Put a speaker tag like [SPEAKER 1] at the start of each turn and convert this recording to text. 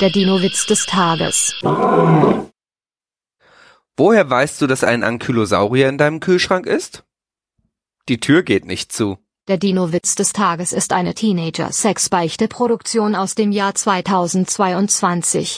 [SPEAKER 1] Der Dino-Witz des Tages.
[SPEAKER 2] Woher weißt du, dass ein Ankylosaurier in deinem Kühlschrank ist? Die Tür geht nicht zu.
[SPEAKER 1] Der Dino-Witz des Tages ist eine Teenager-Sex-Beichte-Produktion aus dem Jahr 2022.